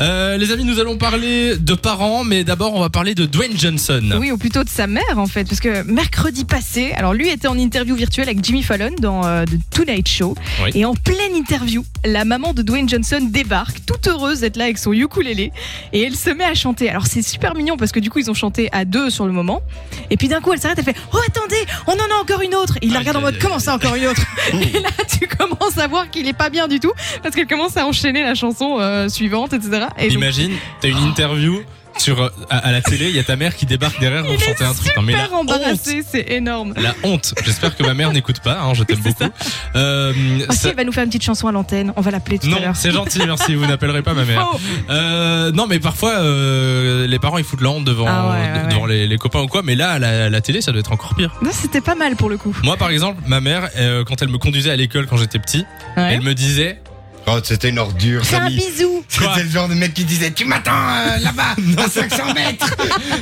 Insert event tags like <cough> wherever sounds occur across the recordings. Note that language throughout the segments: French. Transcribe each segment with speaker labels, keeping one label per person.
Speaker 1: Euh, les amis, nous allons parler de parents, mais d'abord on va parler de Dwayne Johnson.
Speaker 2: Oui, ou plutôt de sa mère en fait, parce que mercredi passé, alors lui était en interview virtuelle avec Jimmy Fallon dans euh, The Tonight Show,
Speaker 1: Oui.
Speaker 2: et en pleine interview, la maman de Dwayne Johnson débarque, toute heureuse d'être là avec son ukulélé, et elle se met à chanter. Alors c'est super mignon parce que du coup ils ont chanté à deux sur le moment, et puis d'un coup elle s'arrête, elle fait Oh attendez, on en a encore une autre Et il la
Speaker 1: Aïe,
Speaker 2: regarde en
Speaker 1: aïe,
Speaker 2: mode
Speaker 1: aïe.
Speaker 2: Comment ça encore
Speaker 1: <laughs>
Speaker 2: une autre <laughs> Et là tu commences à voir qu'il est pas bien du tout, parce qu'elle commence à enchaîner la chanson euh, suivante, etc. Et donc,
Speaker 1: Imagine, t'as une interview sur, euh, à, à la télé, il y a ta mère qui débarque derrière pour
Speaker 2: Il est
Speaker 1: chanter un truc. Non, mais la
Speaker 2: super
Speaker 1: honte,
Speaker 2: embarrassée, c'est énorme.
Speaker 1: la honte. J'espère que ma mère n'écoute pas, hein, je t'aime
Speaker 2: Oui, c'est
Speaker 1: beaucoup. Euh,
Speaker 2: Ah, si,
Speaker 1: ça-
Speaker 2: elle va nous faire une petite chanson à l'antenne. On va l'appeler tout à
Speaker 1: Non,
Speaker 2: l'heure.
Speaker 1: c'est gentil, merci, vous n'appellerez pas ma mère.
Speaker 2: Oh,
Speaker 1: Euh, non, mais parfois, euh, les parents ils foutent la honte devant,
Speaker 2: Ah ouais, ouais, ouais.
Speaker 1: devant les, les copains ou quoi, mais là, à la, à la télé, ça doit être encore pire.
Speaker 2: non, c'était pas mal pour le coup.
Speaker 1: Moi, par exemple, ma mère, euh, quand elle me conduisait à l'école quand j'étais petit,
Speaker 2: Ouais.
Speaker 1: elle me disait
Speaker 3: Oh, c'était une ordure,
Speaker 2: Fais un
Speaker 3: Samy.
Speaker 2: bisou.
Speaker 1: Quoi
Speaker 3: C'était le genre de mec qui disait Tu m'attends euh, <laughs> là-bas, à 500 mètres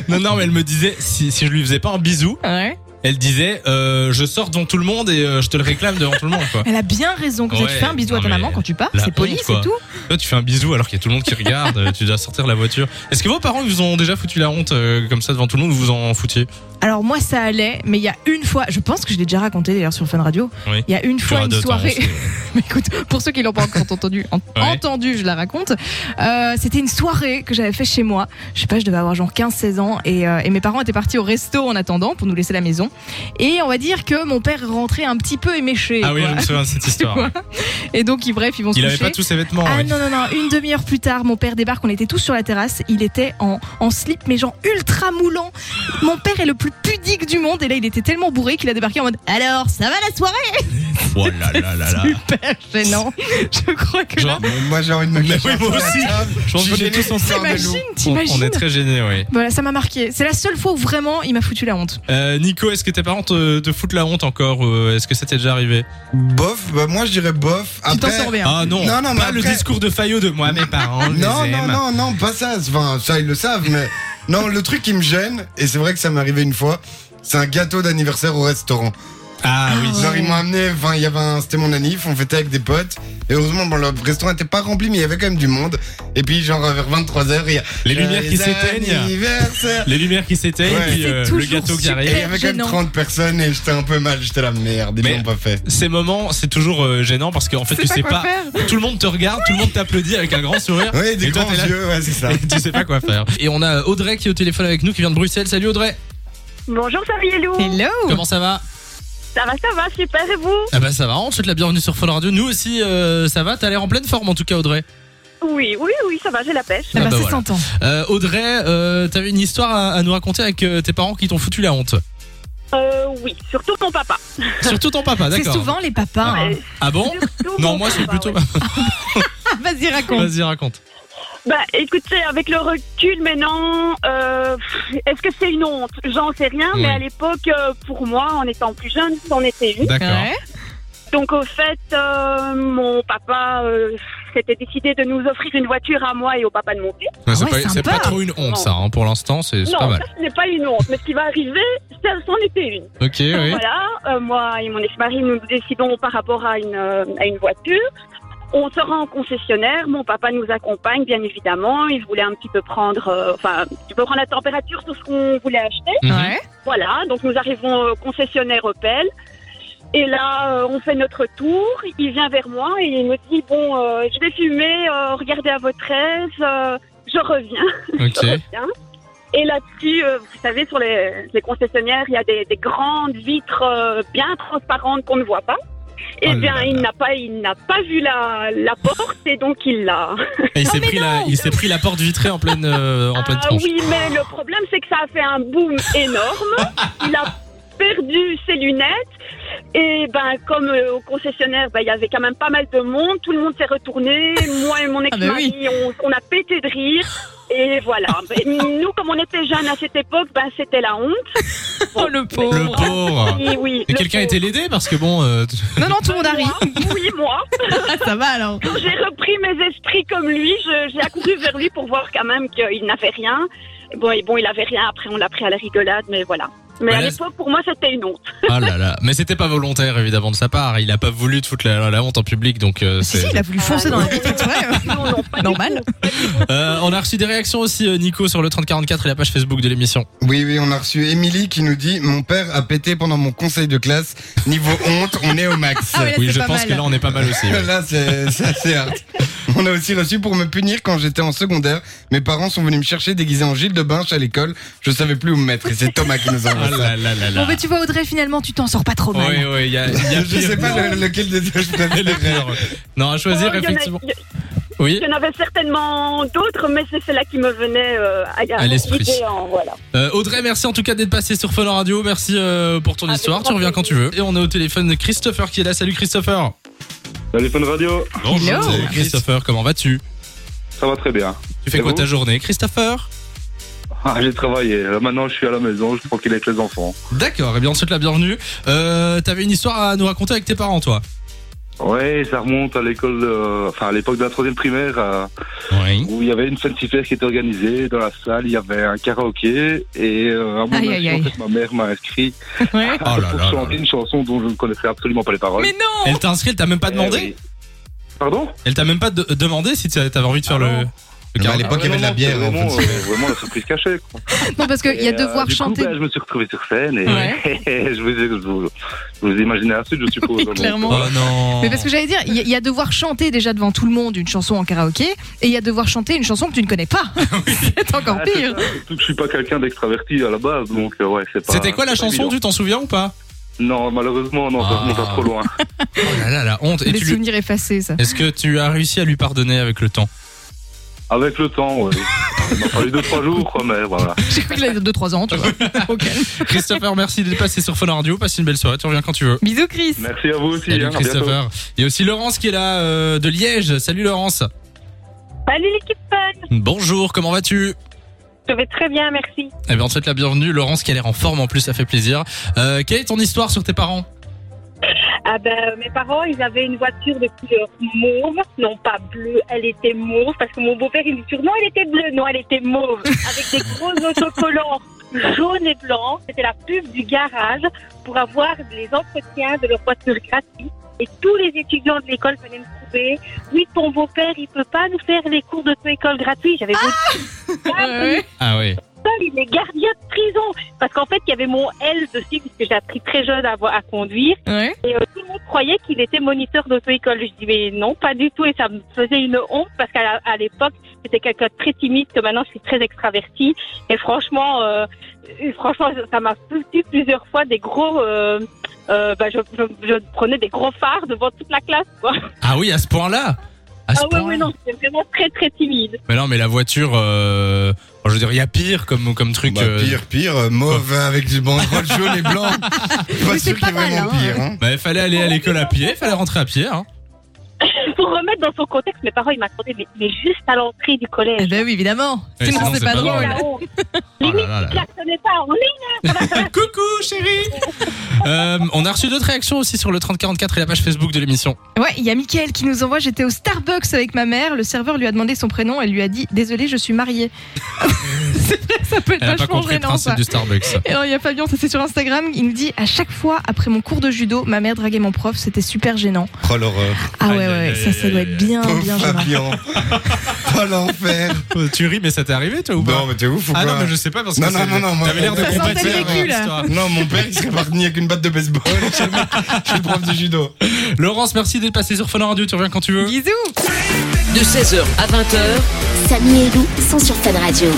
Speaker 1: Non, non, mais elle me disait, si, si je lui faisais pas un bisou,
Speaker 2: Ouais.
Speaker 1: elle disait, euh, je sors devant tout le monde et euh, je te le réclame devant tout le monde, quoi.
Speaker 2: Elle a bien raison. Comme ça,
Speaker 1: Ouais,
Speaker 2: tu fais un bisou à
Speaker 1: non,
Speaker 2: ta
Speaker 1: mais
Speaker 2: maman quand tu pars.
Speaker 1: la
Speaker 2: C'est poli,
Speaker 1: honte, quoi.
Speaker 2: c'est tout.
Speaker 1: Toi, tu fais un bisou alors qu'il y a tout le monde qui regarde, euh, tu dois sortir de la voiture. Est-ce que vos parents ils vous ont déjà foutu la honte euh, comme ça devant tout le monde ou vous en foutiez
Speaker 2: Alors moi, ça allait, mais il y a une fois, je pense que je l'ai déjà raconté d'ailleurs sur Fun Radio.
Speaker 1: Oui. hein,
Speaker 2: Il y a une fois une
Speaker 1: Attends,
Speaker 2: soirée.
Speaker 1: on se-
Speaker 2: <laughs> Mais écoute, pour ceux qui l'ont pas encore <laughs> entendu, en- entendu, je la raconte. Euh, c'était une soirée que j'avais fait chez moi. Je sais pas, je devais avoir genre 15-16 ans et, euh, et mes parents étaient partis au resto en attendant pour nous laisser la maison. Et on va dire que mon père rentrait un petit peu éméché.
Speaker 1: Ah oui,
Speaker 2: quoi.
Speaker 1: je me souviens de cette
Speaker 2: Tu
Speaker 1: histoire.
Speaker 2: vois et donc, ils- bref, ils vont se
Speaker 1: Il avait
Speaker 2: coucher.
Speaker 1: pas tous ses vêtements.
Speaker 2: Ah
Speaker 1: ouais.
Speaker 2: non, non, non, une demi-heure plus tard, mon père débarque, on était tous sur la terrasse, il était en, en slip, mais genre ultra moulant. Mon père est le plus pudique du monde, et là il était tellement bourré qu'il a débarqué en mode Alors, ça va la soirée <laughs>
Speaker 1: Oh là là là là.
Speaker 2: Super gênant. Je crois que
Speaker 1: Genre,
Speaker 2: là.
Speaker 3: <laughs> Mais Moi, j'ai envie de me
Speaker 1: Mais
Speaker 3: cacher
Speaker 1: oui, moi
Speaker 3: sous la
Speaker 1: aussi.
Speaker 3: table.
Speaker 1: je pense
Speaker 3: Je
Speaker 1: qu'on
Speaker 3: suis
Speaker 1: est tous
Speaker 3: gêné.
Speaker 1: ensemble.
Speaker 2: T'imagines,
Speaker 1: On, on
Speaker 2: t'imagines
Speaker 1: est très gênés, oui.
Speaker 2: Voilà, ça m'a marqué. C'est la seule fois où vraiment il m'a foutu la honte.
Speaker 1: Euh, Nico, est-ce que tes parents te, te foutent la honte encore euh, Est-ce que ça t'est déjà arrivé
Speaker 3: Bof, bah, moi, je dirais bof.
Speaker 2: Tu t'en
Speaker 3: Après,
Speaker 2: sors bien.
Speaker 1: Ah non,
Speaker 3: Non, non, mais
Speaker 1: pas le
Speaker 3: après-
Speaker 1: discours de Fayot de moi, mes parents. je
Speaker 3: Non,
Speaker 1: les
Speaker 3: non,
Speaker 1: aime.
Speaker 3: non, non, pas ça. Enfin, ça, ils le savent, mais.
Speaker 2: <laughs>
Speaker 3: Non, le truc qui me gêne, et c'est vrai que ça m'est arrivé une fois, c'est un gâteau d'anniversaire au restaurant.
Speaker 1: Ah oui.
Speaker 3: Genre, ils m'ont amené, enfin, il y avait un, c'était mon anniv, on fêtait avec des potes. Et heureusement, bon, le restaurant était pas rempli, mais il y avait quand même du monde. Et puis, genre, vers 23h, il y a. Euh,
Speaker 1: Les lumières qui
Speaker 3: Joyeux
Speaker 1: s'éteignent.
Speaker 3: anniversaire.
Speaker 1: Les lumières qui s'éteignent,
Speaker 3: Ouais.
Speaker 1: puis euh,
Speaker 2: C'est
Speaker 1: le
Speaker 2: toujours
Speaker 1: gâteau qui
Speaker 2: super.
Speaker 3: Et
Speaker 1: arrive.
Speaker 3: il y avait quand même
Speaker 2: Gênant.
Speaker 3: 30 personnes et j'étais un peu mal, j'étais la merde, ils
Speaker 1: Mais-
Speaker 3: l'ont pas fait.
Speaker 1: Ces moments, c'est toujours euh, gênant parce qu'en fait, tu sais pas.
Speaker 2: faire.
Speaker 1: Tout le monde te regarde, tout le monde t'applaudit avec un grand sourire.
Speaker 3: Oui, des
Speaker 1: Et toi,
Speaker 3: grands
Speaker 1: t'es là-
Speaker 3: yeux, ouais,
Speaker 1: <laughs>
Speaker 3: c'est ça.
Speaker 1: et tu sais pas quoi faire. Et on a euh, Audrey qui est au téléphone avec nous, qui vient de Bruxelles. Salut Audrey,
Speaker 4: Bonjour Xavier Lou.
Speaker 2: Hello Ah bah,
Speaker 1: comment ça va
Speaker 4: Ça va, ça va, super et vous
Speaker 1: Ah bah ça va, on te souhaite la bienvenue sur Fun Radio. Nous aussi, euh, ça va. T'as l'air en pleine forme en tout cas, Audrey.
Speaker 4: Oui, oui, oui, ça va, j'ai la pêche.
Speaker 2: Ah
Speaker 1: Ah
Speaker 2: bah,
Speaker 1: bah
Speaker 2: c'est
Speaker 1: voilà.
Speaker 2: 100 ans.
Speaker 1: Euh, Audrey, euh, t'avais une histoire à, à nous raconter avec euh, tes parents qui t'ont foutu la honte.
Speaker 4: Euh, oui, surtout mon papa.
Speaker 1: Surtout ton papa,
Speaker 2: <laughs> C'est
Speaker 1: d'accord.
Speaker 2: souvent les papas. hein.
Speaker 4: Euh,
Speaker 1: Ah bon
Speaker 4: surtout
Speaker 1: Non,
Speaker 4: mon
Speaker 1: moi c'est
Speaker 4: papa,
Speaker 1: plutôt.
Speaker 4: ouais.
Speaker 2: Ah, <laughs> Vas-y, raconte.
Speaker 1: Vas-y, raconte.
Speaker 4: Bah écoutez, avec le recul maintenant, euh, pff, est-ce que c'est une honte J'en sais rien,
Speaker 1: Oui.
Speaker 4: mais à l'époque, euh, pour moi, en étant plus jeune, c'en était une.
Speaker 1: D'accord.
Speaker 2: Ouais. Ah
Speaker 4: Donc au fait, euh, mon papa euh, s'était décidé de nous offrir une voiture à moi et au papa de mon fils.
Speaker 1: Ouais, c'est
Speaker 2: Ouais,
Speaker 1: pas, c'est
Speaker 2: sympa.
Speaker 1: pas trop une honte,
Speaker 4: Non.
Speaker 1: ça, hein, pour l'instant, c'est c'est
Speaker 4: Non,
Speaker 1: pas mal.
Speaker 4: ça ce n'est pas une honte, mais ce qui va arriver, ça, c'en était une.
Speaker 1: Ok,
Speaker 2: <laughs>
Speaker 1: oui.
Speaker 4: Voilà, euh, moi et mon ex-mari, nous décidons par rapport à une, euh, à une voiture. On se rend en concessionnaire, mon papa nous accompagne bien évidemment, il voulait un petit peu prendre, euh, enfin, tu peux prendre la température sur ce qu'on voulait acheter.
Speaker 1: Mhm.
Speaker 2: Ouais.
Speaker 4: Voilà, donc nous arrivons euh, au concessionnaire Opel. Et là, euh, on fait notre tour, il vient vers moi et il me dit, bon, euh, je vais fumer, euh, regardez à votre aise, euh, je reviens.
Speaker 1: Ok.
Speaker 4: Et là-dessus, euh, vous savez, sur les, les concessionnaires, il y a des, des grandes vitres euh, bien transparentes qu'on ne voit pas. Eh
Speaker 1: Oh là
Speaker 4: bien,
Speaker 1: là.
Speaker 4: il n'a pas, il n'a pas vu la, la porte et donc il l'a.
Speaker 1: Et il s'est pris, la- il s'est pris la porte vitrée en pleine, euh, en pleine
Speaker 4: Ah
Speaker 1: tronche.
Speaker 4: oui, mais le problème, c'est que ça a fait un boom énorme.
Speaker 1: <laughs>
Speaker 4: Il a perdu ses lunettes. Et ben, comme euh, au concessionnaire, ben, il y avait quand même pas mal de monde. Tout le monde s'est retourné. Moi et mon
Speaker 1: ben
Speaker 2: Ah bah
Speaker 4: ex-mari, on, on a pété de rire. Et
Speaker 1: <laughs>
Speaker 4: voilà. Ben, nous, comme on était jeunes à cette époque, ben, c'était la honte.
Speaker 2: Oh le pauvre.
Speaker 1: Le pauvre.
Speaker 4: Et oui.
Speaker 1: Et
Speaker 4: le
Speaker 1: quelqu'un
Speaker 4: pauvre.
Speaker 1: était l'aidé parce que bon. euh, tu-
Speaker 2: Non, non, tout le monde arrive.
Speaker 4: Moi, Oui, moi.
Speaker 2: <laughs> ça va alors.
Speaker 4: Quand j'ai repris mes esprits comme lui, je- j'ai accouru vers lui pour voir quand même qu'il n'avait rien. Bon, et bon, il avait rien. Après, on l'a pris à la rigolade, mais voilà. Mais
Speaker 1: Bah,
Speaker 4: à
Speaker 1: là,
Speaker 4: l'époque, pour moi, c'était une honte.
Speaker 1: <laughs> Ah là là. Mais c'était pas volontaire, évidemment, de sa part. Il a pas voulu te foutre la, la honte en public, donc euh,
Speaker 2: Si, si,
Speaker 1: c'est.
Speaker 2: il a voulu foncer dans la vitre, c'est vrai, euh,
Speaker 4: Non, non, pas du
Speaker 2: normal.
Speaker 1: Euh, on a reçu des réactions aussi, euh, Nico, sur le 3044 et la page Facebook de l'émission.
Speaker 3: Oui, oui, on a reçu Émilie qui nous dit Mon père a pété pendant mon conseil de classe.
Speaker 1: <laughs>
Speaker 3: Niveau honte, on est au max.
Speaker 2: Ah ouais, là,
Speaker 1: oui,
Speaker 2: c'est
Speaker 1: je
Speaker 2: pas
Speaker 1: pense
Speaker 2: mal.
Speaker 1: que là, on est pas mal
Speaker 3: <laughs>
Speaker 1: aussi. ouais.
Speaker 3: Là, c'est c'est assez hard. On a aussi reçu pour me punir quand j'étais en secondaire. Mes parents sont venus me chercher déguisé en Gilles de Binche à l'école. Je savais plus où me mettre. Et c'est Thomas qui nous envoie
Speaker 1: Ah là
Speaker 3: ça.
Speaker 1: là là
Speaker 2: <laughs> Bon,
Speaker 1: là.
Speaker 2: mais tu vois, Audrey, finalement, tu t'en sors pas trop mal.
Speaker 1: Oui, oui, il y a, il y a
Speaker 3: <laughs> Je sais
Speaker 1: pire.
Speaker 3: pas le- lequel des deux
Speaker 1: <laughs>
Speaker 3: je
Speaker 1: Et le
Speaker 3: préfère.
Speaker 1: pire. Non, à
Speaker 4: tout.
Speaker 1: choisir,
Speaker 4: Oh, il y en a-
Speaker 1: effectivement.
Speaker 4: il y-
Speaker 1: Oui.
Speaker 4: Il y en avait certainement d'autres, mais c'est celle-là qui me venait euh, à,
Speaker 1: À l'esprit.
Speaker 4: l'idée en- voilà.
Speaker 1: Euh, Audrey, merci en tout cas d'être passé sur Fun Radio. Merci euh, pour ton
Speaker 4: Avec
Speaker 1: histoire. Tu
Speaker 4: grand
Speaker 1: reviens quand tu
Speaker 4: plaisir.
Speaker 1: veux. Et on a au téléphone de Christopher qui est là. Salut Christopher.
Speaker 5: Salut Fun Radio,
Speaker 2: Hello.
Speaker 1: Salut, Christopher, comment vas-tu
Speaker 5: ça va très bien.
Speaker 1: Tu fais
Speaker 5: Et
Speaker 1: quoi
Speaker 5: vous
Speaker 1: ta journée, Christopher
Speaker 5: Ah, j'ai travaillé, Là, maintenant je suis à la maison, je qu'il avec les enfants.
Speaker 1: D'accord, et bien on te souhaite la bienvenue. Euh, T'avais une histoire à nous raconter avec tes parents, toi
Speaker 5: Ouais, ça remonte à l'école, de- enfin à l'époque de la troisième primaire, euh,
Speaker 1: Oui.
Speaker 5: où il y avait une fête hiver qui était organisée. Dans la salle, il y avait un karaoké et euh, à mon
Speaker 2: Aïe,
Speaker 5: avis,
Speaker 2: aïe,
Speaker 5: en
Speaker 2: aïe.
Speaker 5: fait, ma mère m'a
Speaker 2: <laughs>
Speaker 5: inscrit
Speaker 2: Ouais.
Speaker 1: Oh là là
Speaker 5: pour
Speaker 1: là
Speaker 5: chanter
Speaker 1: là.
Speaker 5: une chanson dont je ne connaissais absolument pas les paroles.
Speaker 2: Mais non
Speaker 1: Elle t'a inscrit, elle t'a même pas
Speaker 5: Eh
Speaker 1: demandé
Speaker 5: oui. Pardon
Speaker 1: Elle t'a même pas de- euh, demandé si t'avais envie de faire le.
Speaker 5: Ah non.
Speaker 1: le
Speaker 3: Non, À
Speaker 1: karaoké.
Speaker 3: l'époque, il y avait de la
Speaker 5: non,
Speaker 3: bière,
Speaker 5: c'est
Speaker 3: en
Speaker 5: Vraiment,
Speaker 3: fait.
Speaker 5: euh, vraiment la surprise cachée. Quoi.
Speaker 2: <laughs> Non, parce qu'il y
Speaker 5: Et,
Speaker 2: a
Speaker 5: euh,
Speaker 2: devoir
Speaker 5: du coup,
Speaker 2: chanter.
Speaker 5: ben, je me suis retrouvé sur scène et
Speaker 2: Ouais.
Speaker 5: <laughs> je, vous, je, vous, je vous imaginez la suite, je suppose.
Speaker 2: Oui,
Speaker 5: Donc,
Speaker 2: clairement.
Speaker 1: Oh non
Speaker 2: Mais parce que j'allais dire, il y, a- il y a devoir chanter déjà devant tout le monde une chanson en karaoké, et il y a devoir chanter une chanson que tu ne connais pas. <laughs> c'est encore
Speaker 5: Ah, c'est
Speaker 2: pire.
Speaker 5: ça, surtout que je suis pas quelqu'un d'extraverti à la base, donc euh, ouais, c'est pas.
Speaker 1: C'était quoi la
Speaker 5: c'est pas
Speaker 1: chanson
Speaker 5: évident.
Speaker 1: Tu t'en souviens ou pas
Speaker 5: Non, malheureusement, non, ça
Speaker 1: Ah.
Speaker 5: remonte à trop loin.
Speaker 1: Oh là là, la honte. Et
Speaker 2: Les
Speaker 1: tu lui-
Speaker 2: souvenirs effacés, ça.
Speaker 1: Est-ce que tu as réussi à lui pardonner avec le temps
Speaker 5: Avec le temps, ouais. Il m'a fallu 2-3 jours, quoi, mais voilà.
Speaker 2: J'ai cru qu'il allait dire 2-3 ans,
Speaker 1: <laughs>
Speaker 2: tu vois. Au calme.
Speaker 1: Christopher, merci d'être passé sur Fun Radio. Passe une belle soirée. Tu reviens quand tu veux.
Speaker 2: Bisous, Chris.
Speaker 5: Merci à vous aussi.
Speaker 1: Salut
Speaker 5: hein, à bientôt.
Speaker 1: Christopher. Il y a aussi Laurence qui est là euh, de Liège. Salut Laurence.
Speaker 4: Salut l'équipe Fun
Speaker 1: Bonjour, comment vas-tu
Speaker 4: Je vais très bien, merci.
Speaker 1: Eh bien, on te souhaite la bienvenue. Laurence qui a l'air en forme en plus, ça fait plaisir. Euh, quelle est ton histoire sur tes parents
Speaker 4: Ah ben, mes parents, ils avaient une voiture de couleur mauve, non pas bleue, elle était mauve, parce que mon beau-père, il me dit toujours, non, elle était bleue, non, elle était mauve, avec des gros <laughs> autocollants jaunes et blancs. C'était la pub du garage pour avoir les entretiens de leur voiture gratuite. Et tous les étudiants de l'école venaient me trouver. Oui, ton beau-père, il peut pas nous faire les cours d'auto-école gratuits. J'avais beau-
Speaker 5: Bah,
Speaker 4: Ah,
Speaker 2: Ouais,
Speaker 1: Ah oui.
Speaker 4: seul, il est gardien de prison. Parce qu'en fait, il y avait mon L dessus, puisque j'ai appris très jeune à, vo- à conduire.
Speaker 2: ouais.
Speaker 4: Et euh, tout le monde croyait qu'il était moniteur d'auto-école. Je dis, mais non, pas du tout. Et ça me faisait une honte, parce qu'à la- à l'époque, j'étais quelqu'un de très timide, que maintenant, je suis très extravertie. Et franchement, euh, euh, franchement ça- ça m'a foutu plusieurs fois des gros... euh, euh, bah, je, je- je prenais des gros phares devant toute la classe. Quoi.
Speaker 1: Ah oui, à ce point-là À ce
Speaker 4: Ah ouais,
Speaker 1: point-là
Speaker 4: ouais, non, j'étais vraiment très, très timide.
Speaker 1: Mais non, mais la voiture, euh, je veux dire, il y a pire comme, comme truc.
Speaker 3: Bah,
Speaker 1: euh, <laughs>
Speaker 3: pire, pire, euh, mauve euh, avec du banderole jaune et blanc. Pas
Speaker 1: <laughs>
Speaker 2: Mais c'est
Speaker 3: sûr qu'il y
Speaker 2: pas
Speaker 3: ait vraiment
Speaker 2: mal, hein.
Speaker 3: pire. Hein.
Speaker 1: Bah, il fallait aller à l'école à pied, il fallait rentrer à pied. Hein.
Speaker 4: Pour remettre dans son contexte, mes parents, ils m'attendaient, mais, mais juste à l'entrée du collège.
Speaker 2: Eh ben oui, évidemment.
Speaker 1: Ouais,
Speaker 2: Sinon,
Speaker 1: sinon,
Speaker 2: c'est
Speaker 4: Ah
Speaker 2: pas, drôle.
Speaker 1: drôle. Oh
Speaker 4: Limite,
Speaker 1: là là là
Speaker 4: je
Speaker 1: là.
Speaker 4: la connais pas. On est
Speaker 1: Coucou chérie
Speaker 2: <laughs>
Speaker 1: Euh, On a reçu d'autres réactions aussi sur le 3044 et la page Facebook de l'émission.
Speaker 2: Ouais, il y a Mickaël qui nous envoie J'étais au Starbucks avec ma mère. Le serveur lui a demandé son prénom. Elle lui a dit Désolé, je suis mariée. <laughs> c'est vrai, ça peut être
Speaker 1: Elle n'a pas
Speaker 2: vachement
Speaker 1: compris le
Speaker 2: gênant,
Speaker 1: principe
Speaker 2: ça.
Speaker 1: du
Speaker 3: <laughs>
Speaker 1: Starbucks.
Speaker 2: Et alors, il y a Fabien, ça c'est sur Instagram. Il nous dit À chaque fois, après mon cours de judo, ma mère draguait mon prof. C'était super gênant.
Speaker 3: Oh l'horreur.
Speaker 2: Ah ouais,
Speaker 1: Aïe,
Speaker 2: ouais,
Speaker 1: aïe,
Speaker 2: ouais,
Speaker 1: aïe,
Speaker 2: ça, ça
Speaker 1: aïe,
Speaker 2: doit
Speaker 1: aïe.
Speaker 2: être bien, bien
Speaker 3: Pauvre
Speaker 1: <laughs>
Speaker 2: gênant.
Speaker 3: Fabian. Oh l'enfer.
Speaker 1: Euh, tu ris, mais ça t'est arrivé toi ou pas
Speaker 3: Non, mais t'es ouf ou
Speaker 1: Ah non,
Speaker 3: quoi
Speaker 1: mais je sais pas parce que.
Speaker 3: Non, non,
Speaker 1: c'est-
Speaker 3: non, non, moi-
Speaker 1: T'avais l'air de
Speaker 2: Ça sentait
Speaker 1: compatir
Speaker 2: le vécu,
Speaker 1: avec
Speaker 2: là.
Speaker 1: l'histoire.
Speaker 3: Non, mon père, il serait parti avec une batte de baseball. <laughs> Je suis je suis prof de judo.
Speaker 1: Laurence, merci d'être passé sur Fun Radio. Tu reviens quand tu veux.
Speaker 2: Bisous
Speaker 6: De 16h à 20h,
Speaker 7: Samy et Lou sont sur Fan Radio.